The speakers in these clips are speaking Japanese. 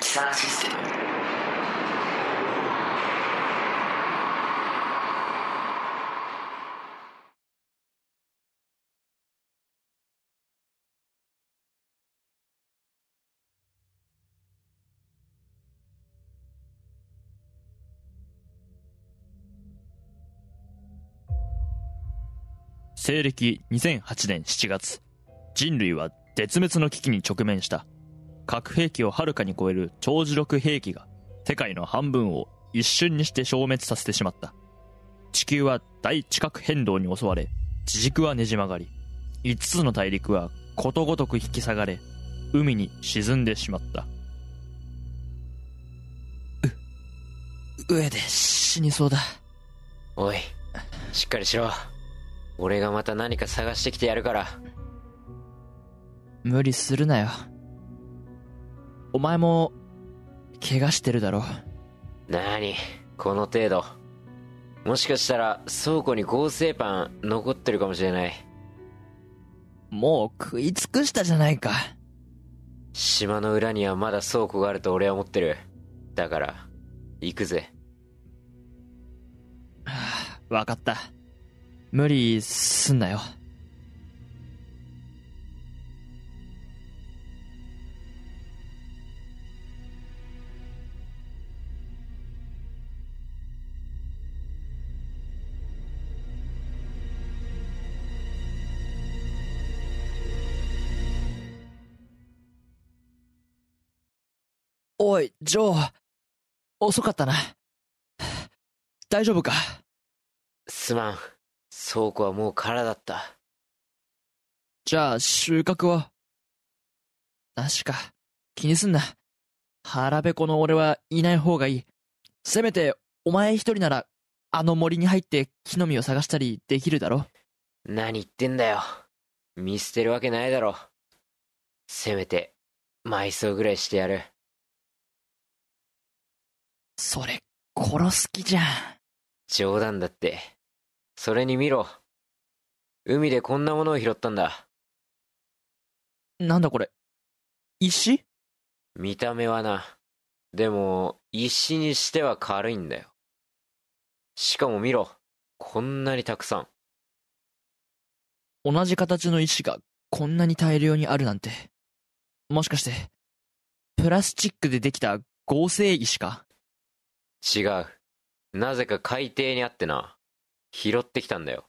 キサーシステム西暦2008年7月、人類は絶滅の危機に直面した。核兵器をはるかに超える超磁力兵器が世界の半分を一瞬にして消滅させてしまった。地球は大地殻変動に襲われ、地軸はねじ曲がり、5つの大陸はことごとく引き下がれ、海に沈んでしまった。う、上で死にそうだ。おいしっかりしろ俺がまた何か探してきてやるから無理するなよ。お前も、怪我してるだろ。なにこの程度もしかしたら倉庫に合成パン残ってるかもしれないもう食い尽くしたじゃないか。島の裏にはまだ倉庫があると俺は思ってるだから行くぜわかった。無理すんなよ。おい、ジョー。遅かったな。 大丈夫かすまん倉庫はもう空だったじゃあ、収穫は確か、気にすんな。腹ペコの俺はいない方がいい。せめて、お前一人なら、あの森に入って木の実を探したりできるだろ何言ってんだよ見捨てるわけないだろせめて埋葬ぐらいしてやるそれ、殺す気じゃん。冗談だって。それに見ろ。海でこんなものを拾ったんだ。なんだこれ。石見た目はな。でも、石にしては軽いんだよ。しかも見ろ。こんなにたくさん。同じ形の石がこんなに大量にあるなんて。もしかして、プラスチックでできた合成石か違う。なぜか海底にあってな。拾ってきたんだよ。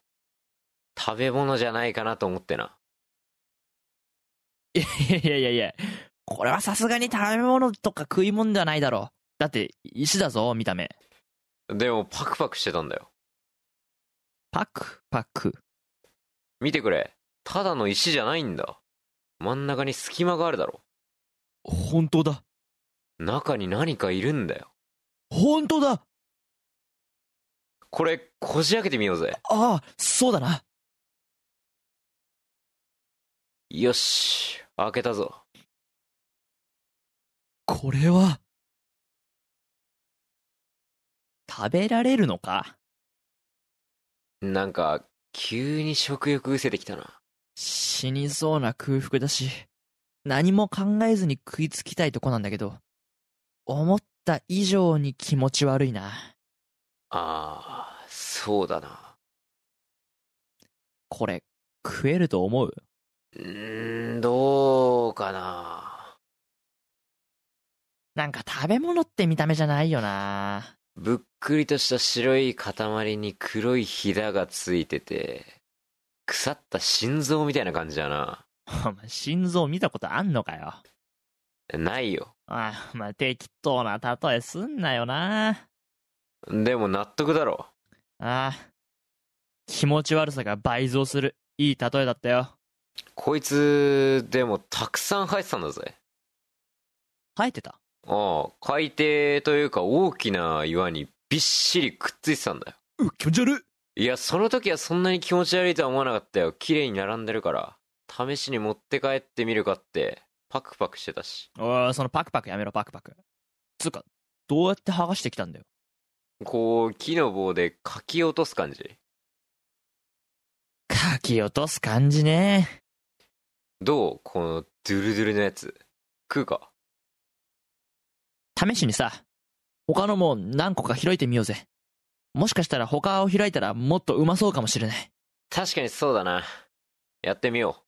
食べ物じゃないかなと思ってな。いやい やいやいや、これはさすがに食べ物とか食い物ではないだろう。だって、石だぞ、見た目。でも、パクパクしてたんだよ。パク、パク。見てくれ。ただの石じゃないんだ。真ん中に隙間があるだろ。本当だ。中に何かいるんだよ。本当だあこれ、こじ開けてみようぜ。あ、そうだな。よし、開けたぞ。これは。食べられるのかなんか、急に食欲失せてきたな。死にそうな空腹だし、何も考えずに食いつきたいとこなんだけど、思った以上に気持ち悪いな。あー、そうだな。これ、食えると思ううーん、どうかな。なんか食べ物って見た目じゃないよな。ぶっくりとした白い塊に黒いひだがついてて、腐った心臓みたいな感じだな。お前、心臓見たことあんのかよ。ないよ。あ、まあ、適当な例えすんなよな。でも納得だろ。ああ。気持ち悪さが倍増する。いい例えだったよ。こいつ、でもたくさん生えてたんだぜ。生えてたああ、海底というか大きな岩にびっしりくっついてたんだよ。うっ、気持ち悪い。いや、その時はそんなに気持ち悪いとは思わなかったよ。綺麗に並んでるから。試しに持って帰ってみるかって、パクパクしてたし。おい、そのパクパクやめろ、パクパク。つうか、どうやって剥がしてきたんだよ。こう、木の棒でかき落とす感じ。書き落とす感じね。どうこのドゥルドゥルのやつ。食うか試しにさ、他のも何個か開いてみようぜ。もしかしたら他を開いたらもっとうまそうかもしれない。確かにそうだな。やってみよう。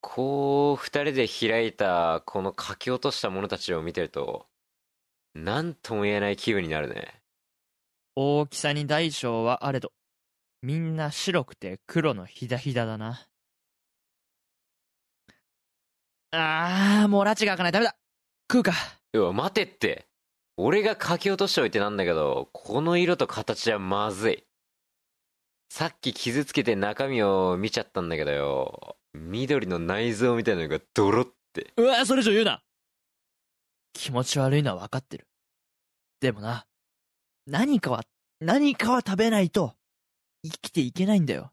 こう、二人で開いた、この書き落としたものたちを見てると、なんとも言えない気分になるね。大きさに大小はあれど、みんな白くて黒のひだひだだな。あー、もう拉致が開かない。ダメだ。食うか。うわ、待てって。俺が書き落としておいてなんだけど、この色と形はまずい。さっき傷つけて中身を見ちゃったんだけどよ。緑の内臓みたいなのがドロって。うわ、それ以上言うな。気持ち悪いのは分かってる。でもな、何かは、何かは食べないと、生きていけないんだよ。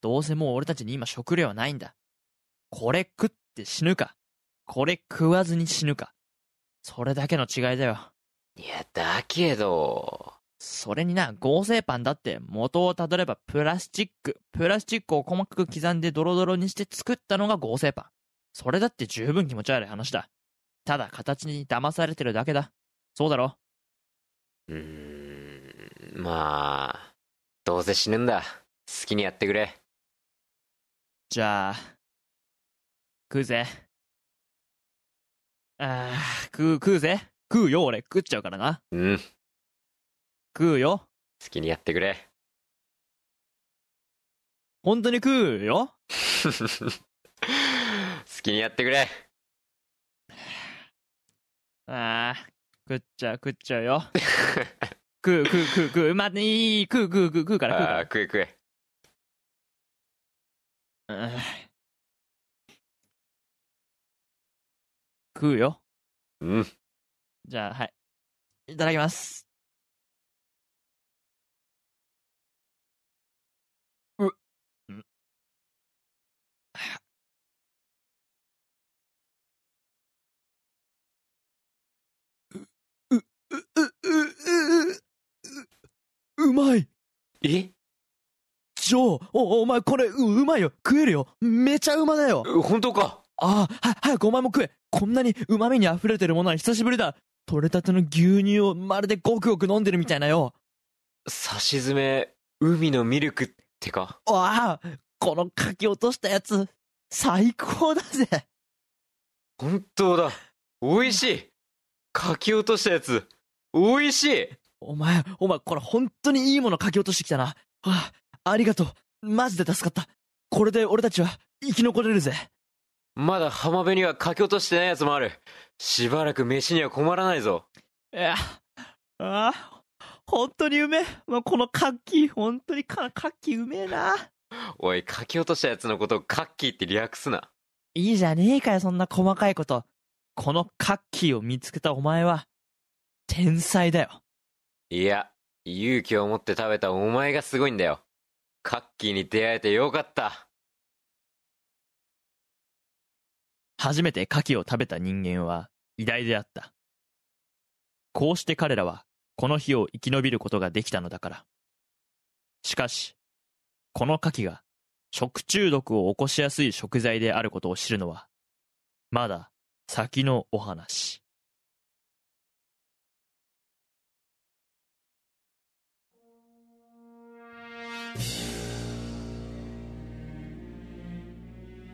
どうせもう俺たちに今食料はないんだ。これ食って死ぬか、これ食わずに死ぬか。それだけの違いだよ。いや、だけど、それにな、合成パンだって元をたどればプラスチック。プラスチックを細かく刻んでドロドロにして作ったのが合成パン。それだって十分気持ち悪い話だ。ただ形に騙されてるだけだ。そうだろうーん、まあ、どうせ死ぬんだ。好きにやってくれ。じゃあ、食うぜ。あー、食う、食うぜ。食うよ、俺。食っちゃうからな。うん、好食うよ。きにやってくれ。 本当に食うよ。好きにやってくれ。あー、食っちゃう、食っちゃうよ。食う、食う、食う、食う。まあ、いい。食う、食う、食う、食うから、食うからああ、。食え食え。うん 食うよ。うん。じゃあ、はい。いただきます。う、うんう、う、う、う、う、うまいえジョー、お、お前これ、う、うまいよ。食えるよ。めちゃうまだよ。本当かああ、は、早くお前も食え。こんなに旨味に溢れてるものは久しぶりだ。取れたての牛乳をまるでごくごく飲んでるみたいなよ。さしずめ、海のミルクってかわあ、この書き落としたやつ、最高だぜ。本当だ美味しい書き落としたやつ美味しいお前、お前、これ本当にいいもの書き落としてきたな。わあ、ありがとう。マジで助かった。これで俺たちは生き残れるぜ。まだ浜辺には書き落としてないやつもあるしばらく飯には困らないぞいや、ああ、本当にうめえ。まあ、このカッキー、本当にか、カッキーうめえな。おい書き落としたやつのことをカッキーって略すないいじゃねえかよ、そんな細かいこと。このカッキーを見つけたお前は、天才だよ。いや勇気を持って食べたお前がすごいんだよカッキーに出会えてよかった初めてカキを食べた人間は偉大であった。こうして彼らは、この日を生き延びることができたのだから。しかし、このカキが食中毒を起こしやすい食材であることを知るのは、まだ先のお話。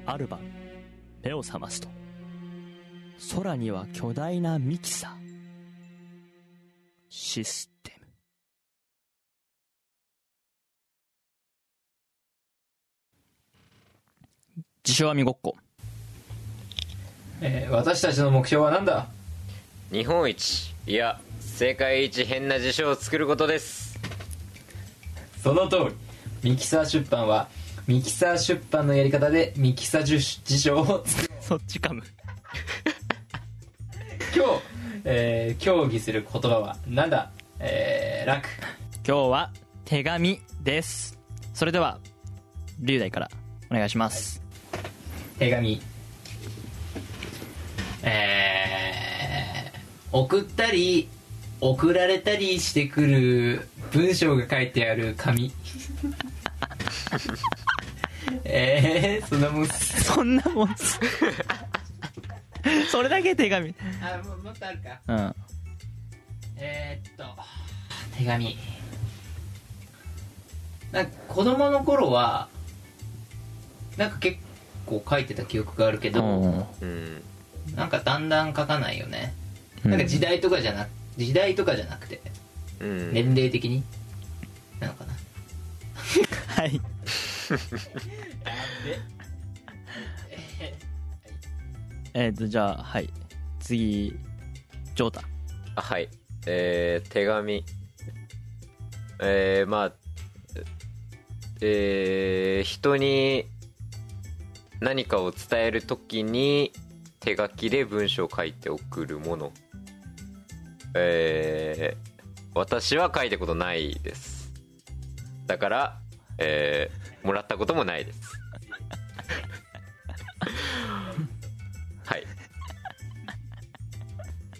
ある晩目を覚ますと空には巨大なミキサーシステム自称網ごっこ。えー私たちの目標は何だ日本一いや世界一変な事象を作ることですその通りミキサー出版はミキサー出版のやり方でミキサー事象を作るそっちかむ。今日、えー協議する言葉は何だえー、楽今日は手紙です。それでは、龍大からお願いします。手紙えー、送ったり送られたりしてくる文章が書いてある紙えー、そんなもんっすそんなもんす。 それだけ手紙。あもうもっとあるかうん。えー、っと手紙なんか子供の頃はなんか結構書いてた記憶があるけど、うんうんなんかだんだん書かないよね、うんなんか時代とかじゃな時代とかじゃなくてうん年齢的になのかなはい。えっ、と、じゃあ、はい。次、ジョータ。あはいえー、手紙えー、まあえー、人に何かを伝えるときに手書きで文章を書いて送るものえー、私は書いたことないですだからえー、もらったこともないですはい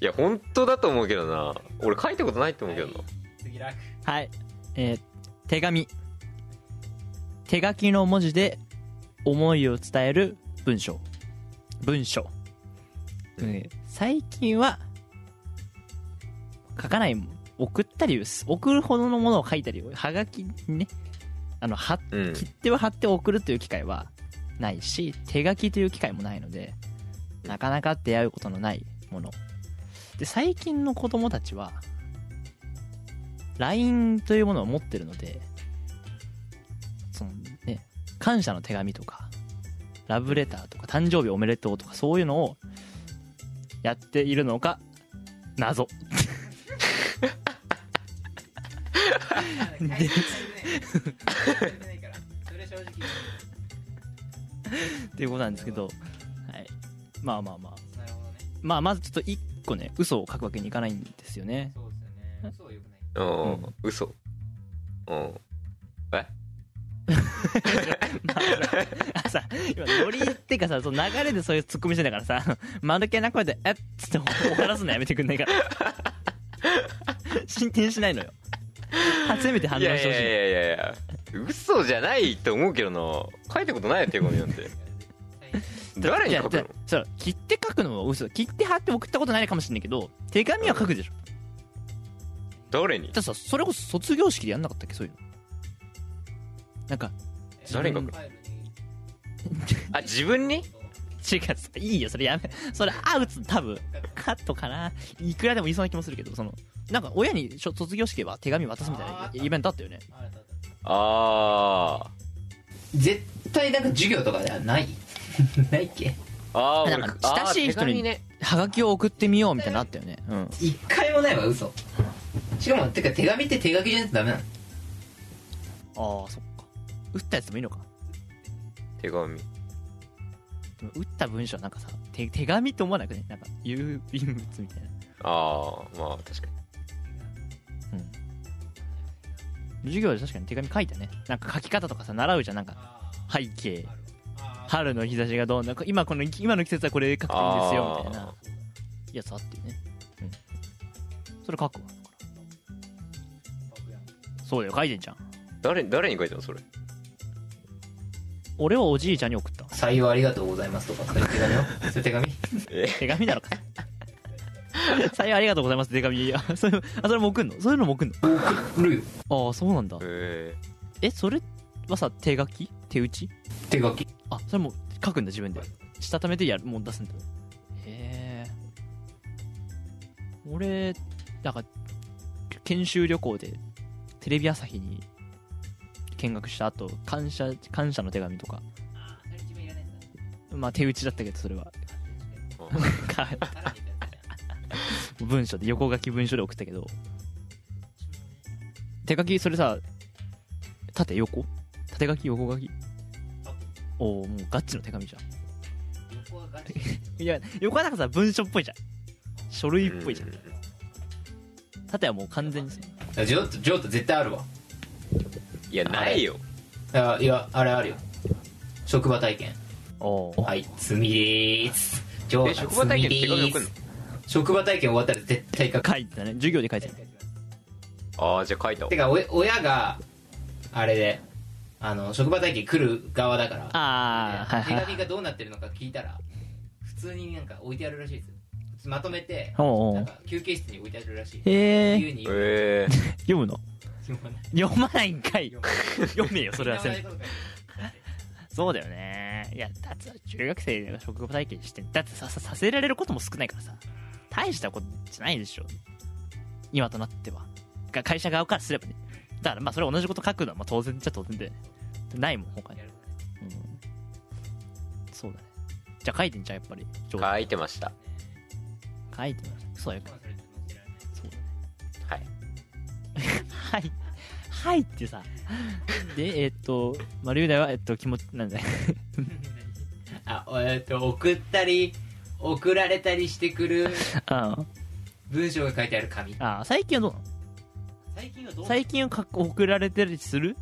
いや本当だと思うけどな俺書いたことないと思うけどな次楽はい。えー手紙。手書きの文字で思いを伝える文章。文章。ね最近は、書かないもん。送ったりす、送るほどのものを書いたり、はがきにね、あの、は、うん切手を貼って送るという機会はないし、手書きという機会もないので、なかなか出会うことのないもの。で、最近の子供たちは、LINE というものを持ってるので、そのね、感謝の手紙とか、ラブレターとか、誕生日おめでとうとか、そういうのをやっているのか、謎。でそれ正直っていうことなんですけど、はい、まあまあまあ、なるほどねまあ、まずちょっと一個ね、嘘を書くわけにいかないんですよね。そうですよねそうよくなういん、うん嘘うんえまあさ、今、ノリってかさ、その流れでそういうツッコミしてんだからさ、丸けな声で、えっつって終わらすのやめてくんないから。進展しないのよ。初めて反応しいてやほしいい。やいやいやいや嘘じゃないと思うけどな書いたことないよ手紙なん て誰に書くじゃのあじゃあそう切手書くのは嘘切手貼って送ったことないかもしれないけど手紙は書くでしょ誰にだってさそれこそ卒業式でやんなかったっけそういうのなんか誰がうんファイルにあ自分に違ういいよそれやめそれアウト多分カットかないくらでも言いそうな気もするけどそのなんか親にしょ卒業式は手紙渡すみたいあなーイベントあったよねあ絶対なんか授業とかで はないないっけーあーなんか俺あー親しい人に手紙ねはがきを送ってみようみたいなのあったよねうん一回もないわ嘘しかもてか手紙って手書きじゃないとダメなのああそっか打ったやつでもいいのか手紙でも打った文章なんかさ手手紙って思わなくねなんか郵便物みたいなああまあ確かに授業で確かに手紙書いたねなんか書き方とかさ習うじゃんなんか背景春の日差しがどうなんか今この今の季節はこれ書くといいですよみたいなやつあってね、うん、それ書くわだからそうだよ書いてんじゃん誰誰に書いたのそれ俺はおじいちゃんに送った採用ありがとうございますとかそういう手紙よそういう手紙え手紙なのか採用ありがとうございます手紙あそれあそれも送んのそういうのも送んの送るよああそうなんだええそれはさ手書き手打ち手書 きあそれも書くんだ自分でしたためてやるもう出すんだへえ俺なんか研修旅行でテレビ朝日に見学した後感謝感謝の手紙とかまあ手打ちだったけどそれは うんか文書で横書き文書で送ったけど手書きそれさ縦横縦書き横書きおおもうガッチの手紙じゃんいや横はなんかさ文書っぽいじゃん書類っぽいじゃん縦はもう完全にさあジョートジョート絶対あるわいやないよあいやあれあるよ職場体験おーはい積みでーすジョえータ職場体験手積み紙で送んーのす職場体験終わったら絶対書く書いてたね授業で書いてたああじゃあ書いたわてかお親があれであの職場体験来る側だからああはい手はい紙がどうなってるのか聞いたら普通になんか置いてあるらしいですよまとめておうおなうんか休憩室に置いてあるらしいへえ急にええ読むの読まない読まないんかい 読めよそれは読せまめないてことかそうだよねいやだってさ中学生が職場体験してだってさささせられることも少ないからさ大したことじゃないでしょ今となってはが会社側からすればねだからまあそれ同じこと書くのはまあ当然っちゃ当然だよねないもん他に、やるうん、そうだねじゃあ書いてんじゃんやっぱり上手書いてました書いてみましょうそうやまあそれちょっと知らないそうだねははいい。 はいってさ。で、えっと、まあ、龍大は、えっと、気持ち、なん だあえっと送ったり送られたりしてくるあ文章が書いてある紙あ、最近はどうな最近はどうのなっ最近はか送られてるする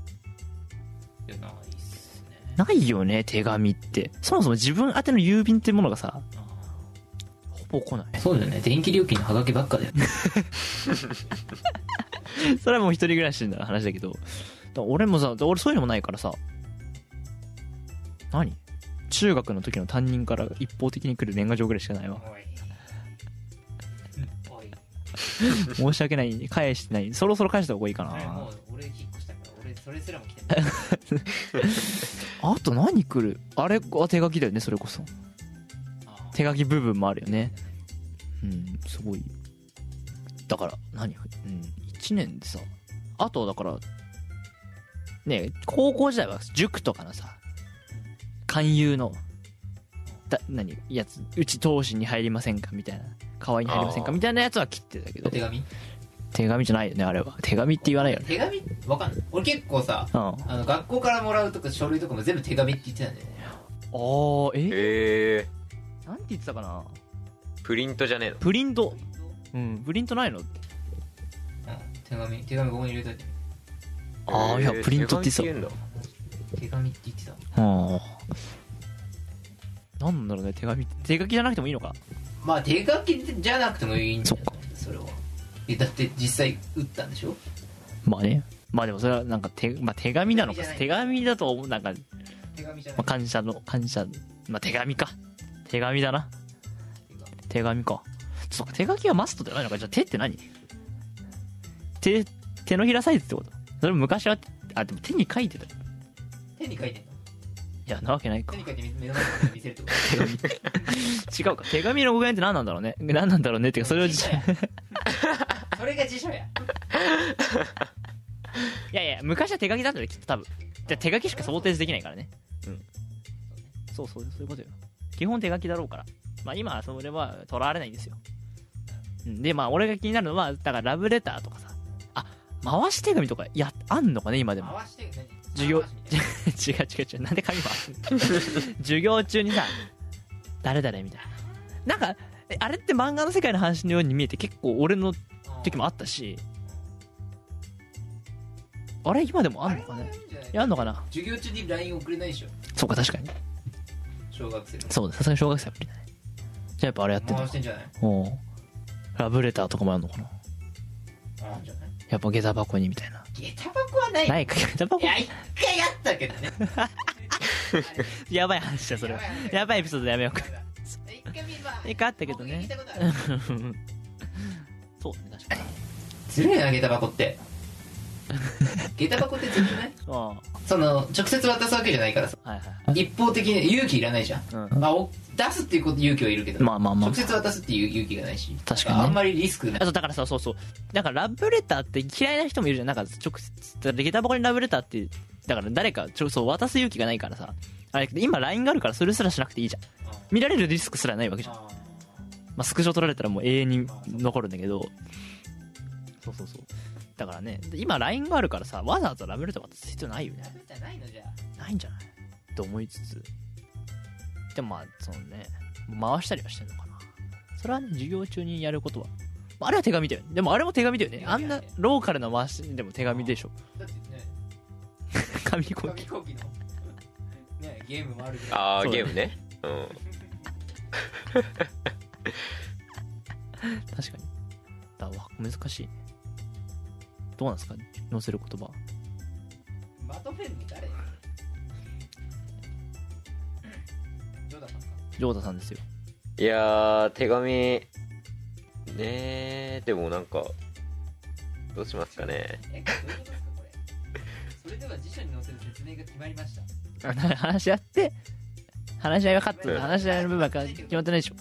てないっすねないよね、手紙って。そもそも自分宛ての郵便ってものがさ、ほぼ来ない。そうだよね電気料金のハガキばっかだよ それはもう一人暮らしの話だけど。だから俺もさ、俺そういうのもないからさ。何中学の時の担任から一方的に来る年賀状ぐらいしかないわ。おいおい申し訳ない。返してない。そろそろ返した方がいいかそれなも。う俺引っ越したから俺それすらも来てないあと何来るあれは手書きだよね、それこそ。あー手書き部分もあるよねうんすごいだから何うん1年でさあとだからね高校時代は塾とかのさ勧誘のだ何やつうち投資に入りませんかみたいな河合に入りませんかあーみたいなやつは切ってたけど手紙手紙じゃないよねあれは手紙って言わないよね手紙わかんない俺結構さうんああの学校からもらうとか書類とかも全部手紙って言ってたんだよねーえええなんて言ってたかなプリントじゃねえのプリントうんプリントないのうん手紙手紙ここに入れといてあーいやええプリントって言ってた手紙言うんだ手紙って言ってたああ。なんだろうね、手紙。手書きじゃなくてもいいのか。まあ手書きじゃなくてもいいんだよねそそれはえだって実際打ったんでしょまあね。まあでもそれはなんか手、まあ手紙なのか。手手紙だと思う、なんか、ま手紙じゃなあい感謝の、感謝、まあ手紙か。手紙だな。手紙か。そうか、手書きはマストじゃないのか。じゃあ手って何手、手のひらサイズってことそれ昔は、あ、でも手に書いてた。い手に書いてんのや、なわけないか手。に書いて目の前に見せる ってこと手紙。違うか。手紙の語源って何なんだろうね。何なんだろうねっていうか、それを辞じ書や それが辞書やいやいや昔は手書きだったよきっと多分じゃあ手書きしか想定できないからねうんそうそうそういうことよ基本手書きだろうからまあ今はそれはとらわれないんですようんでまあ俺が気になるのはだからラブレターとかさあ回し手紙とかやあんのかね今でも回して何授業回しみたいな 違う違う違うなんで紙回す の授業中にさ誰々みたいななんかえあれって漫画の世界の話のように見えて結構俺の時もあったしあれ今でもああんれのかはねやるんじゃないやんのかな授業中に LINE 送れないでしょそうか確かに小学生そうださすがに小学生は無理だねじゃあやっぱあれやってんの回してんじゃないおうラブレターとかもあるのかなあんじゃないやっぱ下駄箱にみたいな下駄箱はないないか下駄い箱や一回やったけど ねやばい話だそれはやばいエピソードやめようか一回見れば一回あったけどね目撃したことあるそうだね確かにずるいな下駄箱って下駄箱ってずるくないああはその直接渡すわけじゃないからさいはい一方的に勇気いらないじゃん、うんまあ、お出すっていうこと勇気はいるけど、まあまあまあ直接渡すっていう勇気がないし確かにねあんまりリスクないあとだからさそうそうなんかラブレターって嫌いな人もいるじゃんなんか直接だから下駄箱にラブレターってだから誰か、ちょ、そう、渡す勇気がないからさ。あれ、今 LINE があるからそれすらしなくていいじゃん。見られるリスクすらないわけじゃん。あまあ、スクショ取られたらもう永遠に残るんだけど。そうそうそう。だからね、今 LINE があるからさ、わざわざラベルとか渡す必要ないよーねラ。ブじゃないのじゃないんじゃないと思いつつ。でもまあ、そのね、回したりはしてんのかな。それはね、授業中にやることは。まああれは手紙だよね。でもあれも手紙だよね。あんなローカルな回しでも手紙でしょ。 だってね紙飛行紙機飛行機のねゲームもあるぐらいああ、そうだねゲームね。うん。確かにだわ難しいねどうなんですか載せる言葉まとめるの誰ジョーダさんかジョータさんですよいやー、手紙、ねえ、でもなんか、どうします かね。えどういうことですかこれそれでは辞書に載せる説明が決まりましたあな 話し合って話し合いがカッうトん話し合いの部分はか決まってないでしょ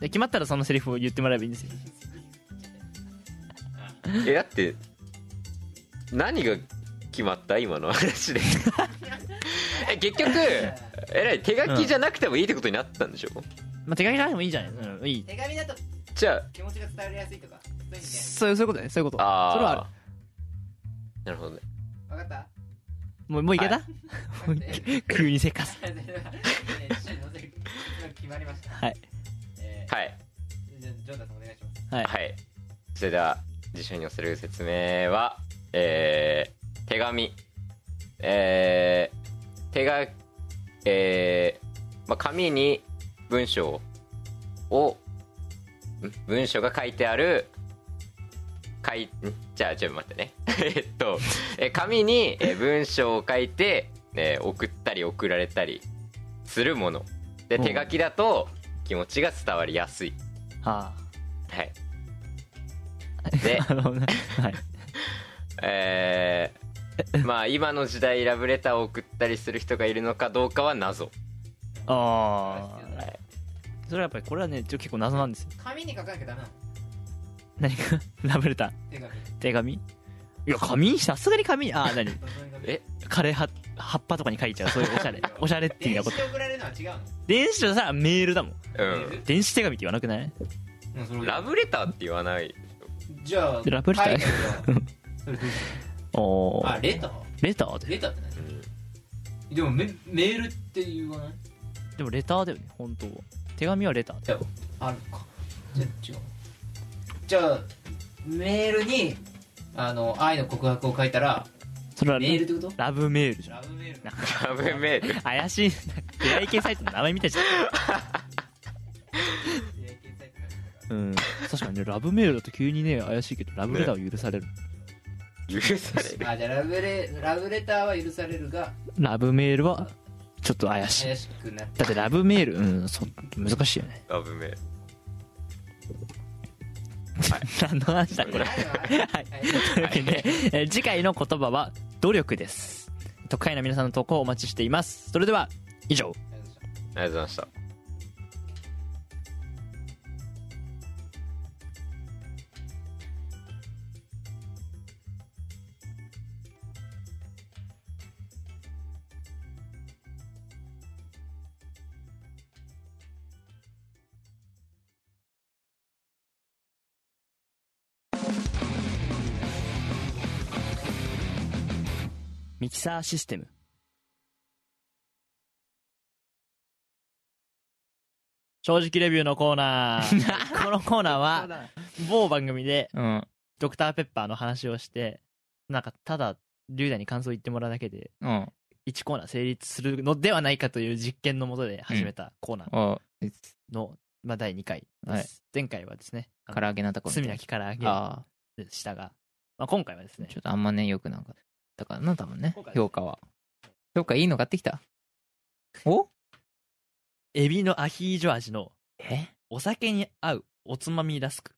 で決まったらそのセリフを言ってもらえばいいんですよえ、だって、何が決まった今の 話で。え、結局、えらい、手書きじゃなくてもいいってことになったんでしょ、まあ手書きじゃなくてもいいじゃないうんいい手紙だとじゃ気持ちが伝わりやすいとかそういう意味ねそうそういうことねそういうことあ、あーそれはあるなるほどね。分かったもうもういけた、それでは急にせかすそれではえ辞書に載せる説明が決まりましたはいえーはい。じゃあジョーダさんお願いしますはい、はい。それでは、辞書に寄せる説明は、えー、手紙。えー、手が、えー、まあ、紙に文章を、ん文章が書いてある、書い、んじゃあ、ちょっと待ってね。 えっと、えー紙にえー文章を書いて、えー送ったり送られたりするもの。で、手書きだと気持ちが伝わりやすい。ははい。あで あのねはいえー、まあ今の時代ラブレターを送ったりする人がいるのかどうかは謎あはあそれはやっぱりこれはねちょ結構謎なんですよ紙に書かなきゃダメなの何か ラブレター手紙手紙いや紙にさすがに紙にああ何え枯れ葉葉っぱとかに書いちゃうそういうお しゃれおしゃれっていうよ電うなこ子とで送られるのは違うの電子とさメールだもんう電子手紙って言わなくないうんそんれラブレターって言わないじゃあラブレター海外はそれどうすお るあーレターレターでレターってうん何でもメメールって言わないでもレターだよね本当は手紙はレターだよじゃああるかじゃあ違うじゃあメールにあの愛の告白を書いたらそれはメールってことラブメールじゃんラブメールラブメール怪しい出会い系サイトの名前みたいじゃんうん確かにねラブメールだと急にね怪しいけどラブレターは許される、許されるあじゃあラブレラブレターは許されるがラブメールはちょっと怪しい怪しくなってだってラブメールうんそう難しいよね ラブメール 何の話だこれはい。というわけで、えー次回の言葉は努力です。特派員の皆さんの投稿をお待ちしています。それでは、以上。ありがとうございましたミキサーシステム。正直レビューのコー ナー。このコーナーは、某番組で、うん。ドクターペッパーの話をして、なんか、ただ、リュウダに感想を言ってもらうだけで、うん。 1コーナー成立するのではないかという実験のもとで始めたコーナーあ、いつの、まあ、第2回です。はい前回はですね、あの唐揚げなたこみた罪いなきから揚げあでしたが、まあ、今回はですあ、ねちょっとあんまね、よくなんかった。だからな、多分ね今回、は評価は。評価いいの買ってきたおエビのアヒージョ味のえお酒に合うおつまみラスク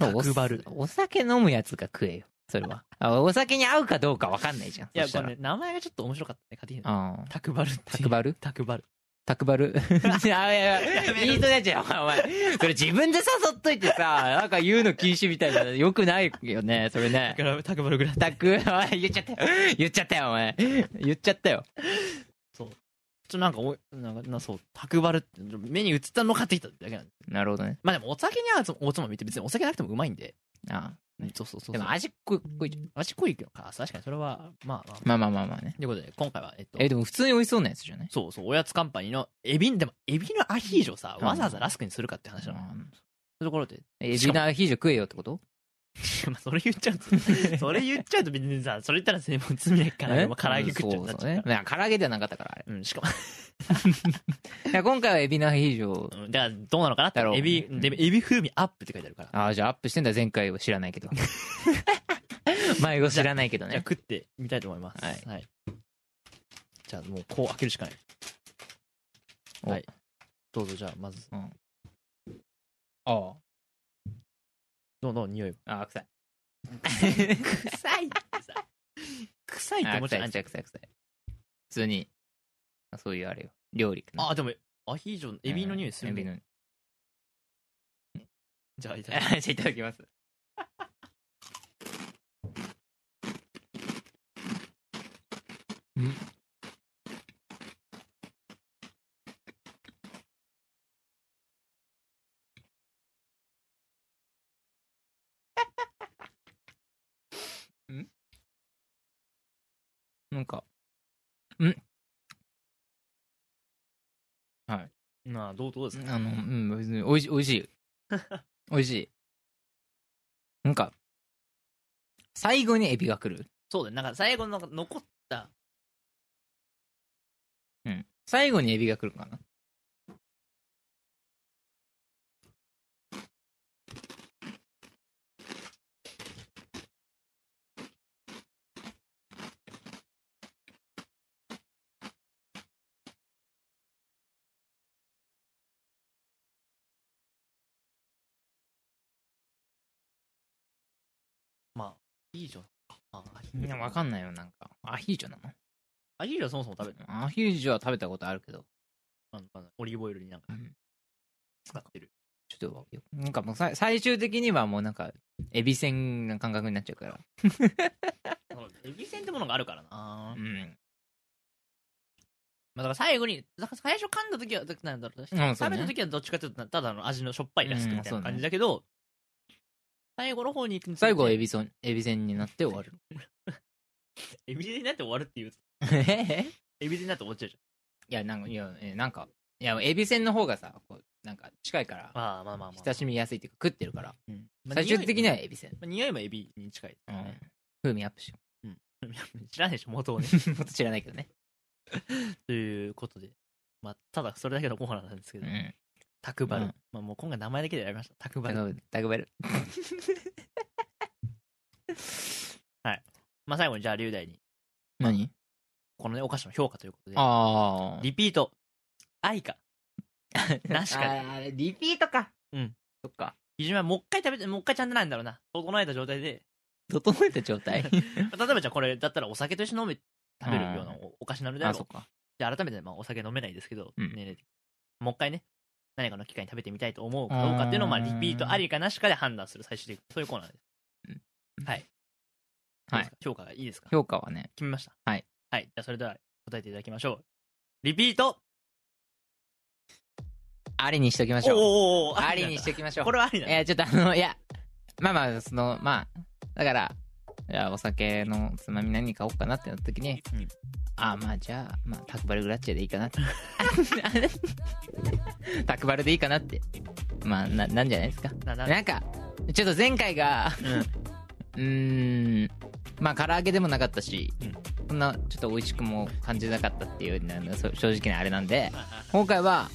お角張るお酒飲むやつが食えよ。それは。あお酒に合うかどうかわかんないじゃん。いやそしたこられね名前がちょっと面白かったねカティーナああ。タクバルっていうタクバルタクバルタク バル。いやいや、いいとねちゃん、お前お前。それ自分で誘っといてさ、なんか言うの禁止みたいな。よくないよね、それね。からタクバルグラタク、お前言っちゃったよ。言っちゃったよ、お前。言っちゃったよ。ちょなんかおなんかなそうタクバルって目に映ったのを買ってきただけなんでなるほどね。まあでもお酒に合うおつまみって別にお酒なくてもうまいんで、あうんそうそうそうそうでも味っこいこいじゃん。味濃いけどか確かにそれはまあまあまあまあまあまあね。ということで今回はえっとえ、でも普通に美味しそうなやつじゃないそうそうおやつカンパニーのエビでもエビのアヒージョさうんわざわざラスクにするかって話なの、そういうところでエビのアヒージョ食えよってことまあそれ言っちゃう とそれ言っちゃうと別にさそれ言ったら全部罪ないからえまあ唐揚げ食っちゃうそなっうちそうゃうねか。いや唐揚げではなかったから、あれ。らうんしかも いや、今回はエビのアヒージョを。うんだからどうなのかなってだろうねエビうんでエビ風味アップって書いてあるからああ、じゃあアップしてんだ、前回は知らな いけど。前後知らないけどじゃあね。食ってみたいと思います。はいじゃあもうこう開けるしかない。おはい。どうぞじゃあまず、あどうどう匂いを。あ、臭い。臭い臭いってあ思っちゃう臭い、臭い、臭い、臭い。普通に、あそういうあれよ。料理かな。あ、でも、アヒージョの、エビの匂いするエねビの。じゃあ、いただきますあじゃあいただきます。なんか、なあ、どうどうですかあの、うん、別に美味しい、美味しい。美味しい。なんか、最後にエビが来る。そうだね。なんか最後の残った、うん。最後にエビが来るかな。まあ、アヒージョか。あアヒーいジや、ョわかんないよ、なんか。アヒージョなのアヒージョはそもそも食べるアヒージョは食べたことあるけど、あのあのオリーブオイルになんかうん使ってる。ちょっと、なんかもうさ最終的にはもうなんか、エビせんな感覚になっちゃうから。そうエビせんってものがあるからなう。ん。まあ、だから最後に、だから最初噛んだ時は、だなんだろうな、うんそう食べねた時はどっちかというと、ただの味のしょっぱいラスクみたいうんそうなね感じだけど、最後の方に行くにつれて最後はエビそん、エビせんになって終わる。 エビでになって終わるっていう、え エビでになって終わっちゃうじいや、なんか、いや、えなんか、いや、エビせんの方がさ、こう、なんか近いからゃん。、まあまあまあまあ。親しみやすいっていうか食ってるから、うんまあ最終的にはエビせん。匂いもまあ匂いもエビに近い。うん風味アップしよ 知らないでしょ、元をね。う。もっと知らないけどね。ということで。まあ、ただそれだけのご飯なんですけうど、ん。タクバル。うんまあもう今回名前だけでやりました。タクバル。タグベル。まあ最後にじゃあ、龍大に、何このね、お菓子の評価ということで、あーリピート、愛か、 なしかで、あー。リピートか。うん。そっか。基準はもう一回食べて、もう一回ちゃんとないんだろうな。整えた状態で、整えた状態まあ例えばじゃあこれだったらお酒と一緒に飲め食べるようなおお菓子なのでああ、ろそうっか。で改めてまあお酒飲めないですけど、うん年齢的にもう一回ね何かの機会に食べてみたいと思うかどうかっていうのをまあうリーんピートありかなしかで判断する最終的にそういうコーナーですはいどうはですいか。評価がいいですか評価はね、決めましたはい、はい、じゃあそれでは答えていただきましょうリピート ありにしときましょう。おおーありにしときましょう。これはありなんだえーちょっとあの、いや、まあまあ、その、まあ、だから、じゃあお酒のつまみ何買おうかなってなった時に、うんああまあじゃあ、まあ、タクバルグラッチェでいいかなって。 タクバルでいいかなって。まあ、な、なんじゃないですか。なななんか、ちょっと前回が、うーん、まあ、唐揚げでもなかったし、うんそんな、ちょっと美味しくも感じなかったっていう、なんだそう正直なあれな んで、ああ今回は、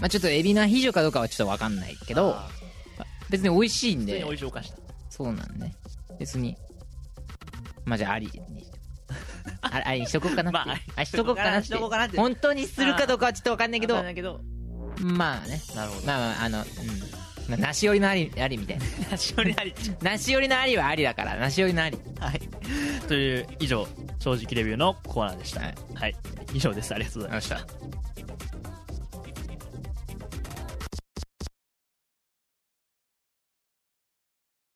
まあ、ちょっとエビのアヒージョかどうかはちょっとわかんないけど、あ別に美味しいん普通にで美、味しいお菓子だそうなんね。別に、まあ、じゃあありにしあありにしとこうかなってい う。まああ、しとこうかなってしとこうかなって本当にするかどうかはちょっとわかんないけどわかん、ないけどまあね。なるほどまあまあ、あの、うん。まあ、梨寄りのあり、ありみたいな。しおりあり梨寄りのありはありだから、梨寄りのあり。はい。という、以上、正直レビューのコーナーでした。はいはい。以上です。ありがとうございました。ありがとうございました